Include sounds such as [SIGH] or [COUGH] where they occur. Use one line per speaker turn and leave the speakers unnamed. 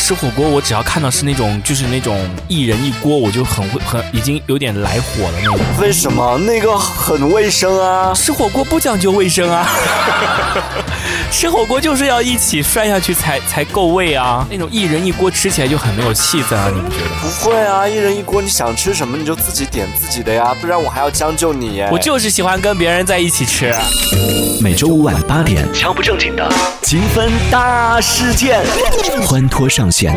吃火锅，我只要看到是那种就是那种一人一锅，我就很会很已经有点来火了那种。 [LAUGHS]
为什么那个很卫生啊？
吃火锅不讲究卫生啊， [LAUGHS] 吃火锅就是要一起涮下去才才够味啊。那种一人一锅吃起来就很没有气氛啊，你们觉得？
不会啊，一人一锅，你想吃什么你就自己点自己的呀，不然我还要将就你耶。
我就是喜欢跟别人在一起吃。啊
每周五晚八点，
敲不正经的，
勤奋大事件，欢脱上线。